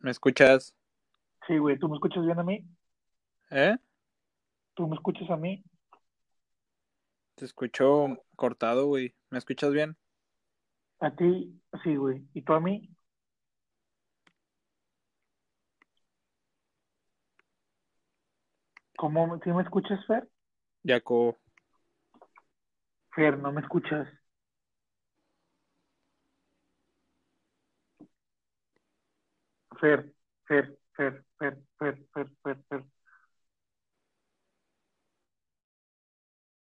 ¿Me escuchas? Sí, güey, ¿tú me escuchas bien a mí? ¿Eh? ¿Tú me escuchas a mí? Te escucho cortado, güey. ¿Me escuchas bien? A ti, sí, güey. ¿Y tú a mí? ¿Cómo? ¿Sí me escuchas, Fer? Yaco, Fer, no me escuchas. Fer, Fer, Fer, Fer, Fer, Fer, Fer, Fer.